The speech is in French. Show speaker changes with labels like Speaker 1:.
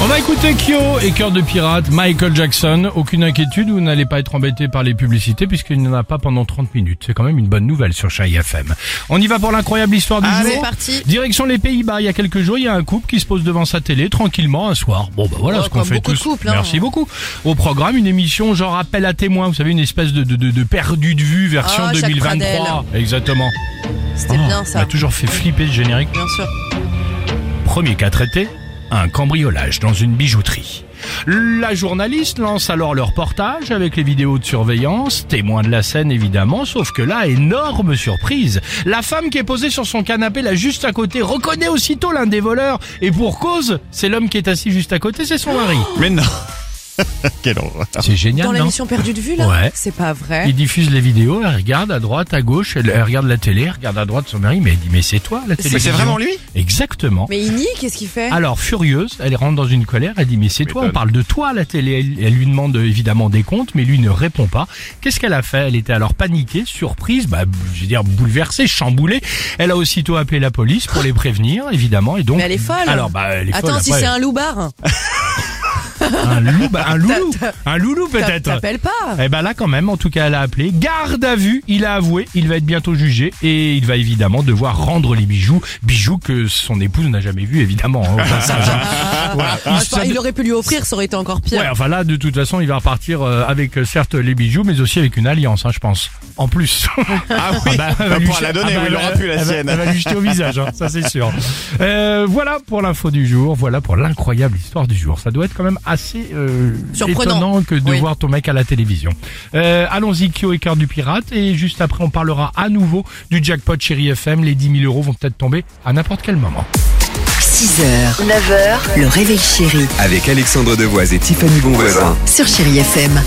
Speaker 1: On va écouter Kyo et Cœur de Pirate, Michael Jackson. Aucune inquiétude, vous n'allez pas être embêté par les publicités puisqu'il n'y en a pas pendant 30 minutes. C'est quand même une bonne nouvelle sur Chai FM. On y va pour l'incroyable histoire du
Speaker 2: Allez,
Speaker 1: jour.
Speaker 2: parti.
Speaker 1: Direction les Pays-Bas, il y a quelques jours, il y a un couple qui se pose devant sa télé tranquillement un soir. Bon bah voilà
Speaker 2: Oh,
Speaker 1: ce qu'on
Speaker 2: comme
Speaker 1: fait
Speaker 2: beaucoup de
Speaker 1: tous.
Speaker 2: couples, hein.
Speaker 1: Merci beaucoup. Au programme, une émission genre appel à témoins, vous savez une espèce de, de, de, de perdu de vue version
Speaker 2: Oh, Jacques
Speaker 1: 2023. Exactement.
Speaker 2: C'était
Speaker 1: Oh,
Speaker 2: bien
Speaker 1: On a
Speaker 2: ça.
Speaker 1: toujours fait flipper ce générique.
Speaker 2: Bien sûr.
Speaker 1: Premier cas traité, un cambriolage dans une bijouterie. La journaliste lance alors le reportage avec les vidéos de surveillance, témoin de la scène évidemment, sauf que là, énorme surprise. La femme qui est posée sur son canapé là juste à côté reconnaît aussitôt l'un des voleurs et pour cause, c'est l'homme qui est assis juste à côté, c'est son mari.
Speaker 3: Mais non Quelle horreur
Speaker 1: C'est génial,
Speaker 2: Dans
Speaker 1: non
Speaker 2: l'émission Perdu de vue là
Speaker 1: Ouais.
Speaker 2: C'est pas vrai.
Speaker 1: il diffuse les vidéos, elle regarde à droite, à gauche, elle, elle regarde la télé, elle regarde à droite son mari, mais elle dit mais c'est toi la télé.
Speaker 3: Mais c'est vraiment lui
Speaker 1: Exactement.
Speaker 2: Mais il nie, qu'est-ce qu'il fait
Speaker 1: Alors, furieuse, elle rentre dans une colère, elle dit Mais c'est toi, on
Speaker 3: M'étonne.
Speaker 1: parle de toi à la télé. Elle, elle lui demande euh, évidemment des comptes, mais lui ne répond pas. Qu'est-ce qu'elle a fait Elle était alors paniquée, surprise, bah, je veux dire bouleversée, chamboulée. Elle a aussitôt appelé la police pour les prévenir, évidemment. Et donc,
Speaker 2: Mais elle est folle.
Speaker 1: Alors, bah, elle est
Speaker 2: Attends,
Speaker 1: folle,
Speaker 2: si
Speaker 1: après.
Speaker 2: c'est un loubar,
Speaker 1: un loup, bah, un loulou,
Speaker 2: T'as-
Speaker 1: un loulou
Speaker 2: t'a-
Speaker 1: peut-être.
Speaker 2: t'appelles pas. Ah,
Speaker 1: Eh ben là quand même, en tout cas elle a appelé, garde à vue, il a avoué, il va être bientôt jugé et il va évidemment devoir rendre les bijoux, bijoux que son épouse n'a jamais vus évidemment. hein, au passage, hein. Voilà.
Speaker 2: Ah,
Speaker 1: Il-
Speaker 2: je pense-
Speaker 1: ça-
Speaker 2: il aurait pu lui offrir, ça aurait été encore pire.
Speaker 1: Ouais, enfin là, de toute façon, il va repartir euh, avec euh, certes les bijoux, mais aussi avec une alliance, hein, je pense. En plus.
Speaker 3: Ah oui
Speaker 1: Ah bah, elle va
Speaker 3: Bah,
Speaker 1: lui
Speaker 3: Pour
Speaker 1: jeter-
Speaker 3: la donner,
Speaker 1: ah bah,
Speaker 3: oui, il
Speaker 1: elle-
Speaker 3: aura plus la
Speaker 1: elle va-
Speaker 3: sienne.
Speaker 1: Elle va lui jeter au visage, hein, ça c'est sûr. Euh, voilà pour l'info du jour, voilà pour l'incroyable histoire du jour. Ça doit être quand même assez euh,
Speaker 2: Surprenant.
Speaker 1: étonnant que de
Speaker 2: Oui.
Speaker 1: voir ton mec à la télévision. Euh, Allons-y, Kyo et Cœur du Pirate. Et juste après, on parlera à nouveau du jackpot chéri FM. Les 10 000 euros vont peut-être tomber à n'importe quel moment.
Speaker 4: 6h, 9h, le réveil chéri
Speaker 5: Avec Alexandre Devoise et Tiffany Bonvoisin.
Speaker 4: sur Chéri FM.